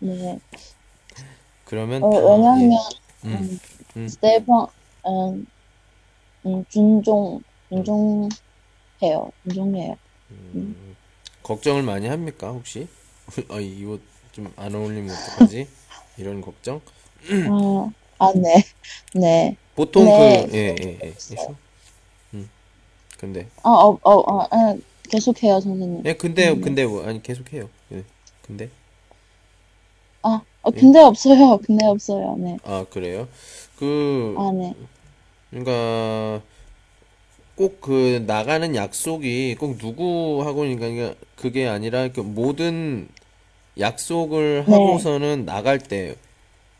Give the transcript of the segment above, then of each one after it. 네. 그러면 어, 다, 왜냐면, 예. 음, 음, 음. 세번, 음, 음, 존중, 존중해요. 존중해요. 음, 걱정을 많이 합니까, 혹시? 어, 이옷 좀 안 어울리면 어떡하지? 이런 걱정? 음. 아, 아, 네. 네. 보통 네, 그, 예, 예, 예. 있어요. 그래서, 음, 근데. 어, 어, 어, 어, 아, 계속해요, 선생님. 예, 근데, 음. 근데, 뭐, 아니, 계속해요. 예, 근데. 아, 어, 예. 근데 없어요. 근데 없어요. 네. 아, 그래요? 그, 아, 네. 그러니까, 꼭 그 나가는 약속이 꼭 누구하고, 그러니까 그게 아니라 그 모든 약속을 네. 하고서는 나갈 때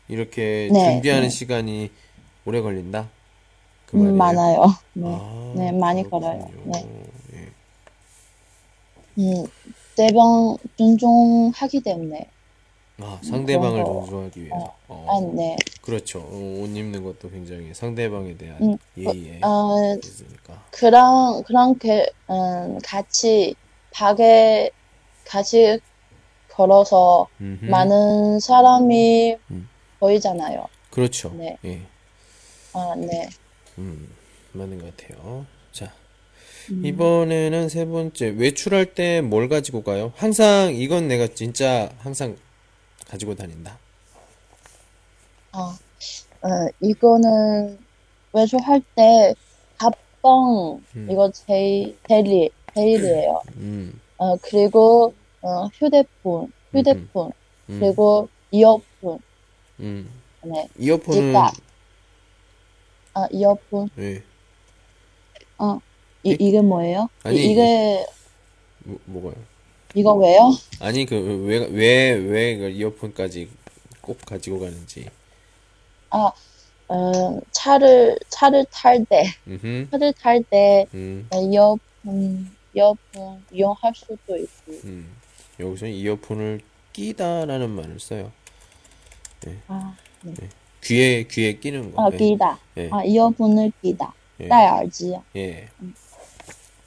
이렇게 네. 준비하는 네. 시간이 오래 걸린다? 그 말이에요? 음, 많아요. 네. 네, 아, 많이 걸어요. 네. 그렇군요. 예. 음, 세번 존중하기 때문에, 아, 음, 그런 상대방을 거, 존중하기 위해서. 어, 아, 어, 네. 그렇죠. 어, 옷 입는 것도 굉장히 상대방에 대한 음, 어, 예의에 어, 있으니까. 그런, 그런 게, 음, 같이, 밖에, 같이 걸어서 음, 많은 사람이 음, 보이잖아요. 그렇죠. 네. 예, 아, 네. 음, 맞는 것 같아요. 자, 음, 이번에는 세 번째 외출할 때 뭘 가지고 가요? 항상 이건 내가 진짜 항상 가지고 다닌다. 아, 어, 이거는 외출할 때 가방, 음, 이거 제일, 제일, 제일이에요. 음, 어, 그리고, 어, 휴대폰, 음, 음, 휴대폰, 음, 그리고 이어폰, 음. 네, 이어폰은 지갑, 아, 이어폰, 예, 어, 이, 예? 이게 뭐예요? 이, 아니 이게 이게, 뭐, 뭐가요? 이거 왜요? 아니 그, 그왜왜왜 이어폰까지 꼭 가지고 가는지. 아, 음, 차를, 차를 탈 때, 음, 차를 탈 때, 음, 哎 이어폰, 이어폰 이용할 수도 있고, 음. 여기서 이어폰을 끼다라는 말을 써요. 예, 아, 네. 예. 귀에 귀에 끼는 거. 아, 예, 끼다. 예, 아, 이어폰을 끼다. 예, 戴耳机. 예.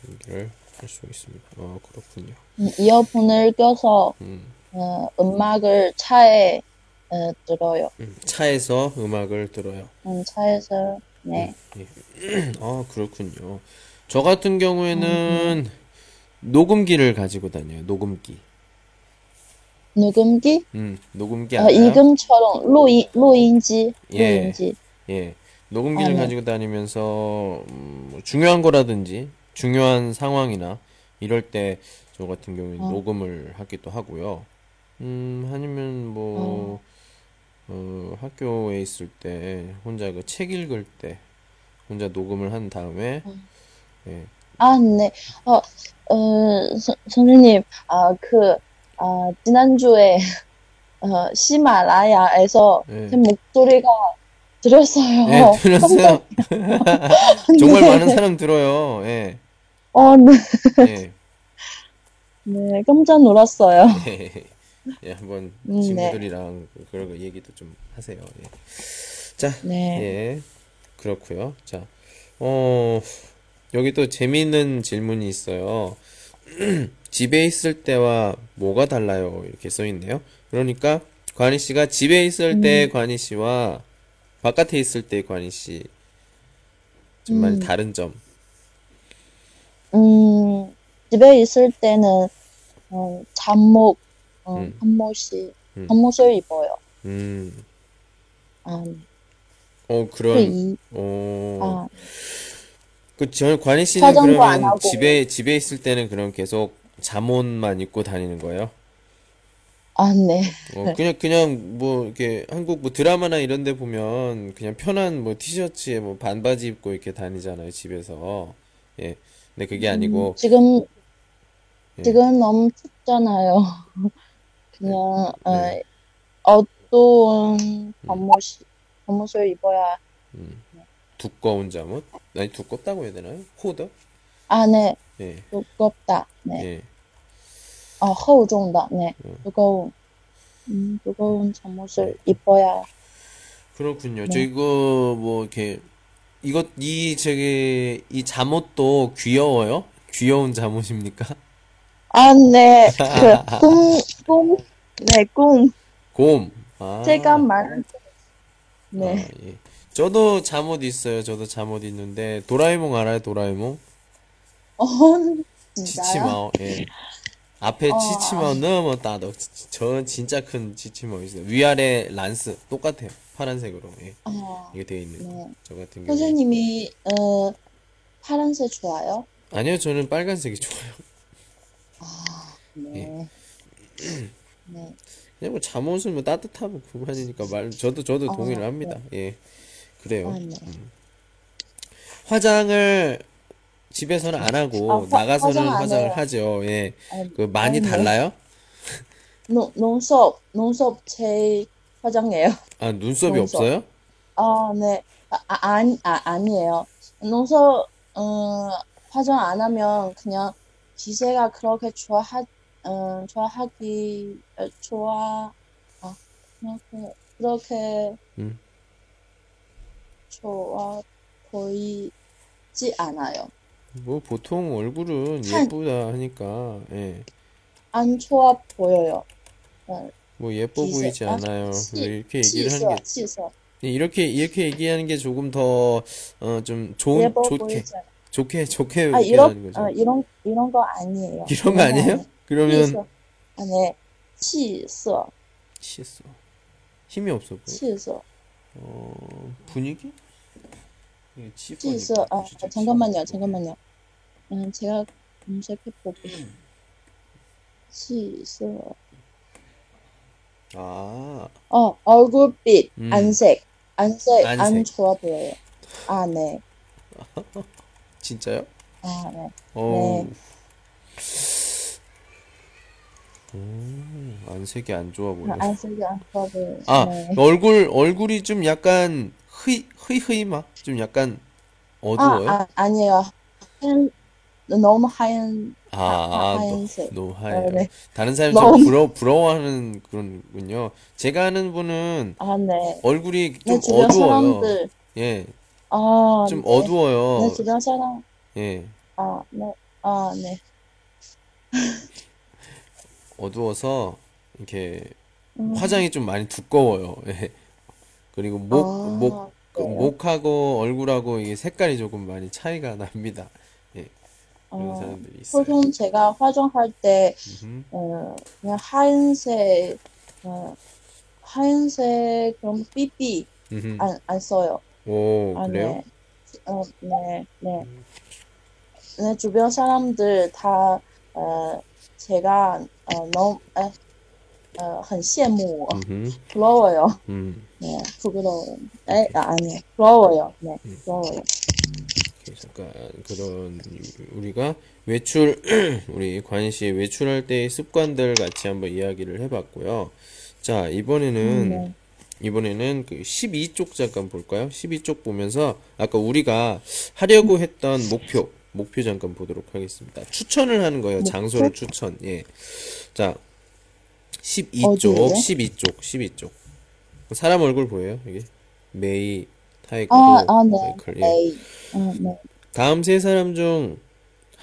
연결을 할 수 있습니다. 어, 그렇군요. 음, 이어폰을 껴서, 음, 어, 음악을 차에, 어, 들어요. 음. 차에서 음악을 들어요. 음, 차에서, 음, 네. 예. 아, 그렇군요. 저 같은 음, 경우에는 녹음기를 가지고 다녀요. 녹음기. 녹음기? 음, 녹음기 어, 알아요? 이금처럼, 录音,录音机, 예, 录音机. 예. 아, 녹음기를 네. 가지고 다니면서 음, 뭐 중요한 거라든지 중요한 상황이나 이럴 때 저 같은 경우에는 어, 녹음을 하기도 하고요. 음, 아니면 어, 뭐 어, 학교에 있을 때 혼자 그 책 읽을 때 혼자 녹음을 한 다음에 어. 예. 아, 네. 어, 어, 선, 선생님, 아, 그, 아, 지난주에, 어, 히말라야에서 제 예. 목소리가 예, 네, 들었어요. 깜짝, 들었어요. 정말 많은 네. 사람 들어요. 예. 어, 네. 예. 네, 깜짝 놀랐어요. 예, 한번 음, 네. 친구들이랑 그런 거 얘기도 좀 하세요. 예. 자, 네. 예. 그렇고요. 자. 어, 여기 또 재미있는 질문이 있어요. 집에 있을 때와 뭐가 달라요? 이렇게 써 있네요. 그러니까 관희 씨가 집에 있을 때 음, 관희 씨와 바깥에 있을 때 관희 씨 좀 많이 음, 다른 점. 음, 집에 있을 때는, 음, 잠옷, 음, 음, 잠옷이, 음, 잠옷을 입어요. 음. 아, 네. 어, 그 그런, 이, 어, 아, 그, 저, 관희 씨는 화장도 안 그러면 하고, 집에, 집에 있을 때는 그럼 계속 잠옷만 입고 다니는 거예요? 아, 네. 어, 그냥, 그냥, 뭐, 이렇게, 한국 뭐 드라마나 이런 데 보면, 그냥 편한 뭐 티셔츠에 뭐 반바지 입고 이렇게 다니잖아요, 집에서. 예. 근데 그게 음, 아니고, 지금, 예, 지금 너무 춥잖아요. 그냥, 예, 어, 어두운 음, 잠옷이, 잠옷을 입어야, 음. 두꺼운 잠옷? 아니, 두껍다고 해야 되나요? 호더? 아, 네. 예, 두껍다. 네. 예. 아, 厚重的. 네. 어, 두꺼운. 음, 예. 두꺼운 잠옷을 입어야. 그렇군요. 저 네. 이거, 뭐, 이렇게, 이것, 이, 저기, 이 잠옷도 귀여워요? 귀여운 잠옷입니까? 아, 네. 그 꿈, 꿈. 네, 꿈. 곰. 아, 제가 말한 때- 네. 아, 예. 저도 잠옷 있어요. 저도 잠옷 있는데 도라에몽 알아요? 도라에몽? 어, 진짜요? 치치마오. 예. 앞에 어. 치치마오 너무 따도 저 진짜 큰 치치마오 있어요. 위아래 란스 똑같아요. 파란색으로. 예. 어, 이게 되어 있는 거. 네. 저 같은 경우에 선생님이 어, 파란색 좋아요? 아니요, 저는 빨간색이 좋아요. 네. 네. 그냥 뭐 잠옷은 뭐 따뜻하면 그만이니까 말 저도 저도 어, 동의를 네. 합니다. 예. 그래요. 음. 아, 네. 화장을 집에서는 안 하고 아, 화- 나가서는 화장 안 화장을 해요. 하죠. 예. 아, 그 많이 아니요. 달라요? 눈, 눈썹, 눈썹 제일 화장해요. 아, 눈썹이 눈썹. 없어요? 아, 네. 아, 아, 아니, 아, 아니에요. 농서, 음, 화장 안 하면 그냥 기세가 그렇게 좋아하, 음, 좋아하기, 어, 좋아, 아, 그렇게, 그렇게 음. 좋아 보이지 않아요. 뭐 보통 얼굴은 참. 예쁘다 하니까 예. 안 좋아 보여요. 뭐 예뻐 기세, 보이지 아, 않아요. 치- 왜 이렇게 얘기를 하는 게 치석, 치석. 예, 이렇게 이렇게 얘기하는 게 조금 더 어 좀 좋은 예뻐 좋게 네, 뭐 보이지 않아. 좋게 좋게 아, 얘기하는 이런, 아, 네. 거죠. 이런, 이런 거 아니에요. 이런 이런 거 거 아니에요? 아니에요. 그러면 치석. 아, 네. 치석. 취했어. 힘이 없어 보여. 气色， 어, 분위기? 이게 气 치부니까 色啊 진 아, 어, 잠깐만요, 잠깐만요. 음, 제가 검색해 볼게요. 气色. 아, 어, 얼굴빛, 음. 안색, 안색 안 안색. 좋아 보여요. 아, 네. 진짜요? 아, 네. 어. 음, 안색이 안 좋아 보여. 안색이 안 좋아 보여요. 아, 네. 얼굴 얼굴이 좀 약간 흐이 흐이흐이마. 좀 약간 아, 어두워요? 아, 아니에요. 하얀, 너무 하얀, 아, 하- 아, 하얀색. 노, 어, 노하예요. 네. 다른 사람이 좀 너무- 부러 부러워하는 그런군요. 제가 아는 분은 아, 네. 얼굴이 내 좀 주변 어두워요. 사람들, 예, 아, 좀 네. 내 어두워요. 주변 사람, 예, 아, 네. 아, 네. 어두워서 이렇게 음. 화장이 좀 많이 두꺼워요. 예. 그리고 목, 아, 목, 그 그래요? 목하고 얼굴하고 이게 색깔이 조금 많이 차이가 납니다. 예, 그런 어. 사람들이 있어요. 보통 제가 화장할 때, 음흠. 어, 그냥 하얀색, 어, 하얀색 그런 삐삐 음흠. 안, 안 써요. 오, 아, 그래요? 네. 어, 네, 네. 네, 주변 사람들 다, 어, 제가, 어, 너무, 에, 어, 很羡慕, 음흠. 부러워요. 음, 네, 부끄러워요. 에, 아, 아니에요. 부러워요. 네, 음. 부러워요. 이렇게 잠깐 그러니까 그런 우리가 외출, 우리 관희 씨의 외출할 때의 습관들 같이 한번 이야기를 해봤고요. 자, 음, 이번에는 네. 이번에는 그 12쪽 잠깐 볼까요? 12쪽 보면서 아까 우리가 하려고 했던 목표, 목표 잠깐 보도록 하겠습니다. 추천을 하는 거예요. 장소를 추천. 예. 자, 12쪽, 어디예요? 12쪽, 12쪽. 사람 얼굴 보여요? 이게 메이, 타이거, 아, 아, 네. 마이클. 예. 에이, 아, 네. 다음 세 사람 중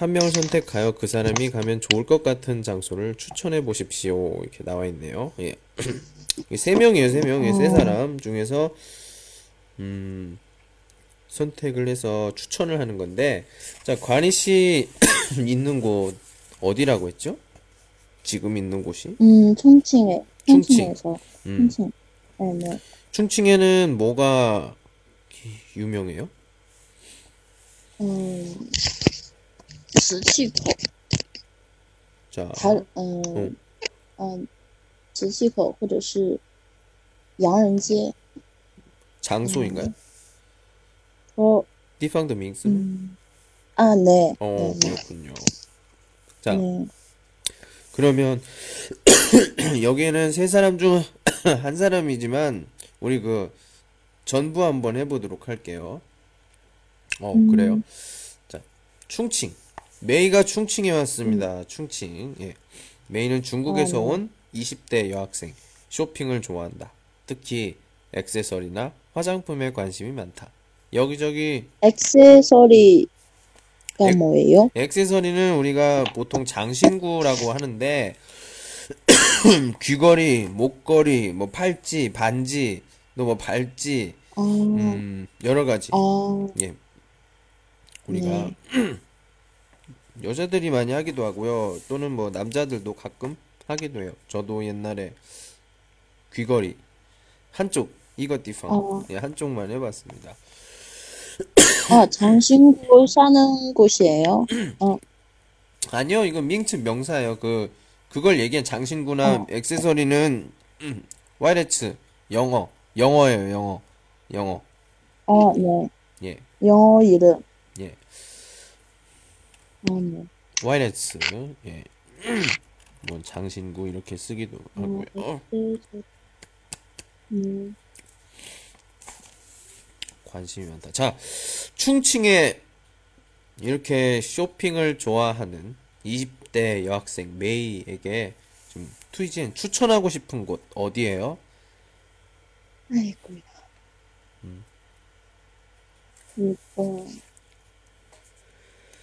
한 명을 선택하여 그 사람이 가면 좋을 것 같은 장소를 추천해 보십시오. 이렇게 나와 있네요. 예. 이게 세 명이에요, 세 명이에요. 세 어. 사람 중에서 음, 선택을 해서 추천을 하는 건데 자, 관희 씨 있는 곳 어디라고 했죠? 지금 있는 곳이? 음, 충칭에, 충칭. 충칭에서, 음. 충칭. 네, 네. 충칭에는 뭐가 기- 유명해요? 음, 石器口， 자, 还嗯啊嗯嗯，石器口或者是洋人街， 장소인가요? 음. 哦， 디팡드 밍스? 嗯，啊，네， 嗯 어, 음. 네, 그렇군요. 자, 네, 그러면 여기에는 세 사람 중 한 사람이지만 우리 그 전부 한번 해보도록 할게요. 어, 음. 그래요? 자, 충칭. 메이가 충칭에 왔습니다. 충칭. 예. 메이는 중국에서 음. 어, 네. 온 20대 여학생. 쇼핑을 좋아한다. 특히 액세서리나 화장품에 관심이 많다. 여기저기 액세서리가 액- 뭐예요? 액세서리는 우리가 보통 장신구라고 하는데 귀걸이, 목걸이, 뭐 팔찌, 반지, 또 뭐 발찌, 哦 어, 음, 여러 가지. 어, 예, 우리가 네. 여자들이 많이 하기도 하고요. 또는 뭐 남자들도 가끔 하기도 해요. 저도 옛날에 귀걸이 한쪽 이것 디펑 어, 예, 한쪽만 해봤습니다. 아, 장신구 사는 곳이에요? 어, 아니요, 이건 명칭 명사예요. 그 그걸 얘기한 장신구나 어, 액세서리는 음, 와이레츠 영어 영어예요, 영어 영어 어, 네. 예 영어 이름. 예. 어, 네. 와이레츠 예. 뭐 장신구 이렇게 쓰기도 음, 하고요. 어, 음, 관심이 많다. 자, 충칭에 이렇게 쇼핑을 좋아하는 20대 여학생 메이에게 좀 투이진 추천하고 싶은 곳 어디예요? 아이고야. 음. 이거. 그러니까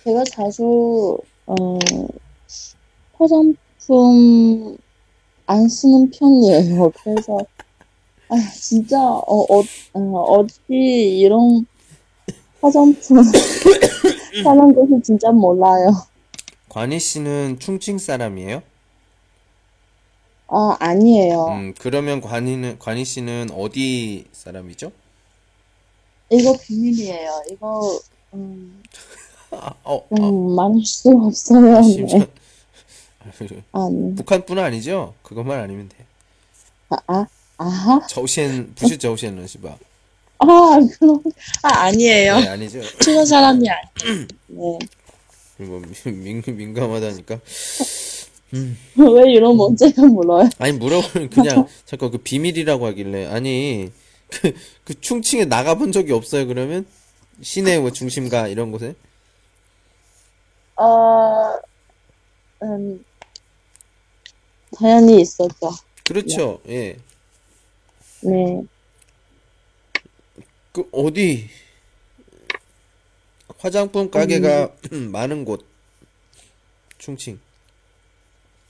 제가 자주, 어, 화장품 안 쓰는 편이에요. 그래서, 아, 진짜, 어, 어, 어, 어디 이런 화장품 사는 곳을 진짜 몰라요. 관희 씨는 충칭 사람이에요? 아, 아니에요. 음, 그러면 관희는, 관희 씨는 어디 사람이죠? 이거 비밀이에요. 이거, 음, 아, 어, 아, 음, 말할 수 없어요. 아, 네. 심지어, 아, 네. 북한뿐 아니죠? 그것만 아니면 돼. 아, 아, 아하? 저우셴, 부시 저우셴 러시바. 아, 그럼, 아, 아니에요. 네, 아니죠. 친한 네. 사람이 아니에요. 네. 뭐, 민, 민감하다니까. 왜 이런 문제가 물어요? 아니 물어보면 그냥 잠깐 그 비밀이라고 하길래 아니 그, 그 충칭에 나가본 적이 없어요 그러면 시내 뭐 중심가 이런 곳에 어, 음, 당연히 있었죠. 네. 그렇죠 예 그 네. 그 어디 화장품 음, 가게가 많은 곳 충칭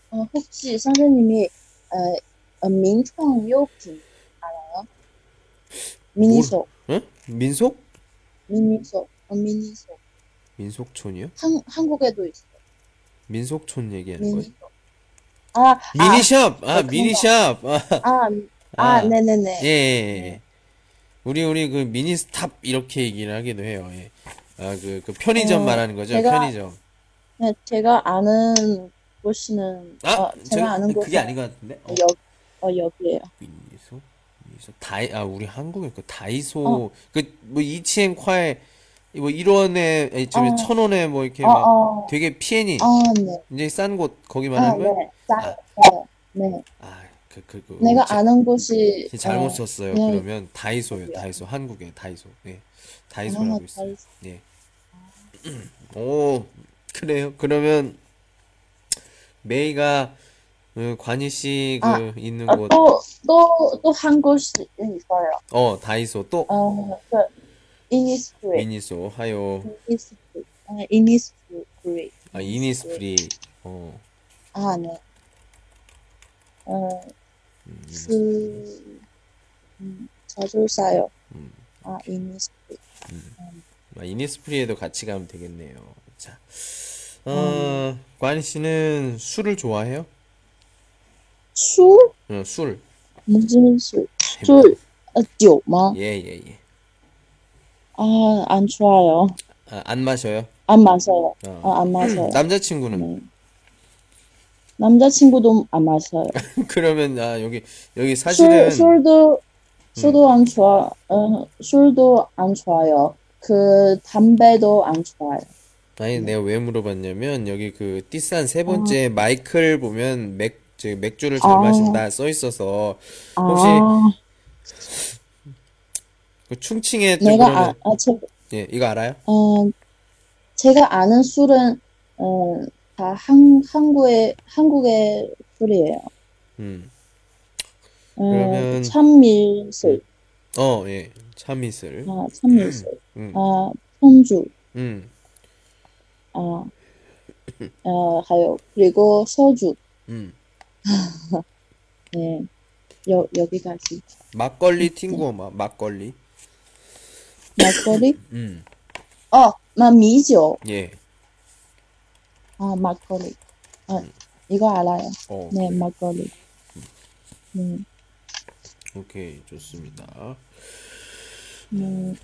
어, 혹시 선생님이, 어, 어, 민创 요품 알아요? 뭘 미니소, 응? 민속 미니소, 어, 미니소. 민속촌이요 한, 한국에도 있어요. 민속촌 얘기하는 네, 거예요 미니소. 아, 아, 미니샵 아 어, 금방. 미니샵 아, 아, 아아예 예. 네네네. 예, 네. 예. 우리 우리 그 미니스탑 이렇게 얘기를 하기도 해요. 예. 아, 그, 그 편의점 어, 말하는 거죠? 제가, 편의점. 네, 제가 아는 곳이는, 아, 어, 저 제가 아는 그게 곳은 아닌 것 같은데. 어, 여, 어, 여기예요. 미니소? 미니소? 다이 아, 우리 한국에 그 어, 다이소 그 뭐 이치엔 콰에 뭐 1원에 아니 어, 저기 1,000원에 뭐 이렇게 어, 막 어, 되게 피해니 어, 네. 굉장히 싼 곳 거기 아, 말하는 예. 거예요? 네. 싸요, 아, 싸요. 네. 아, 그, 그, 그, 오, 내가 제, 아는 곳이, 제 잘못 어, 썼어요. 그냥 그러면 다이소예요. 여기요. 다이소. 한국에 다이소. 예. 아, 다이소라고 있어요. 다이소. 예. 오, 그래요. 그러면 메이가 어, 관희 씨 아, 그 있는 어, 곳, 또, 또, 또 한 곳이 있어요. 어, 다이소 또 어, 네. 그, 이니스프리. 미니소, 하요, 이니스프리. 아, 이니스프리. 아, 이니스프리. 이니스프리, 어, 아, 네. 어, 음, 이니스프리, 그, 음, 자주 싸요. 음, 아, 오케이. 이니스프리. 음. 음, 아, 이니스프리에도 같이 가면 되겠네요. 자, 아, 네. 어, 관희 씨는 술을 좋아해요? 술? 어, 술. 무슨 술? 예, 뭐, 술, 어, 酒吗? 예, 예, 예. 아, 안 좋아요. 아, 안 마셔요? 안 마셔요. 어. 아, 안 마셔요. 남자친구는? 네. 남자친구도 안 마셔요. 그러면, 아, 여기, 여기 술, 사실은, 술도, 음, 술도 안 좋아, 어, 술도 안 좋아요. 그, 담배도 안 좋아요. 아니, 네. 내가 왜 물어봤냐면, 여기 그, 띠싼 세 아, 번째 마이클 보면 맥, 저 맥주를 잘 아, 마신다 써 있어서, 혹시 아. 그 충칭에 또 내가 아, 그러면, 아, 제, 예, 이거 알아요? 어, 제가 아는 술은, 어, 다 한, 한국의, 한국의 술이에요. 음, 어, 그러면, 음, 참밀술, 어, 예, 참이슬. 아, 참밀술, 음, 아, 청주, 음, 아, 어, 还有 그리고 소주. 음. 네, 여, 여기까지. 막걸리 팅구어마 막걸리. 막걸리? 음. 어, 막 미죠. 예. 아, 막걸리. 아, 이거 알아요. 어. 네, 막걸리. 네, 오케이. 좋습니다. 음,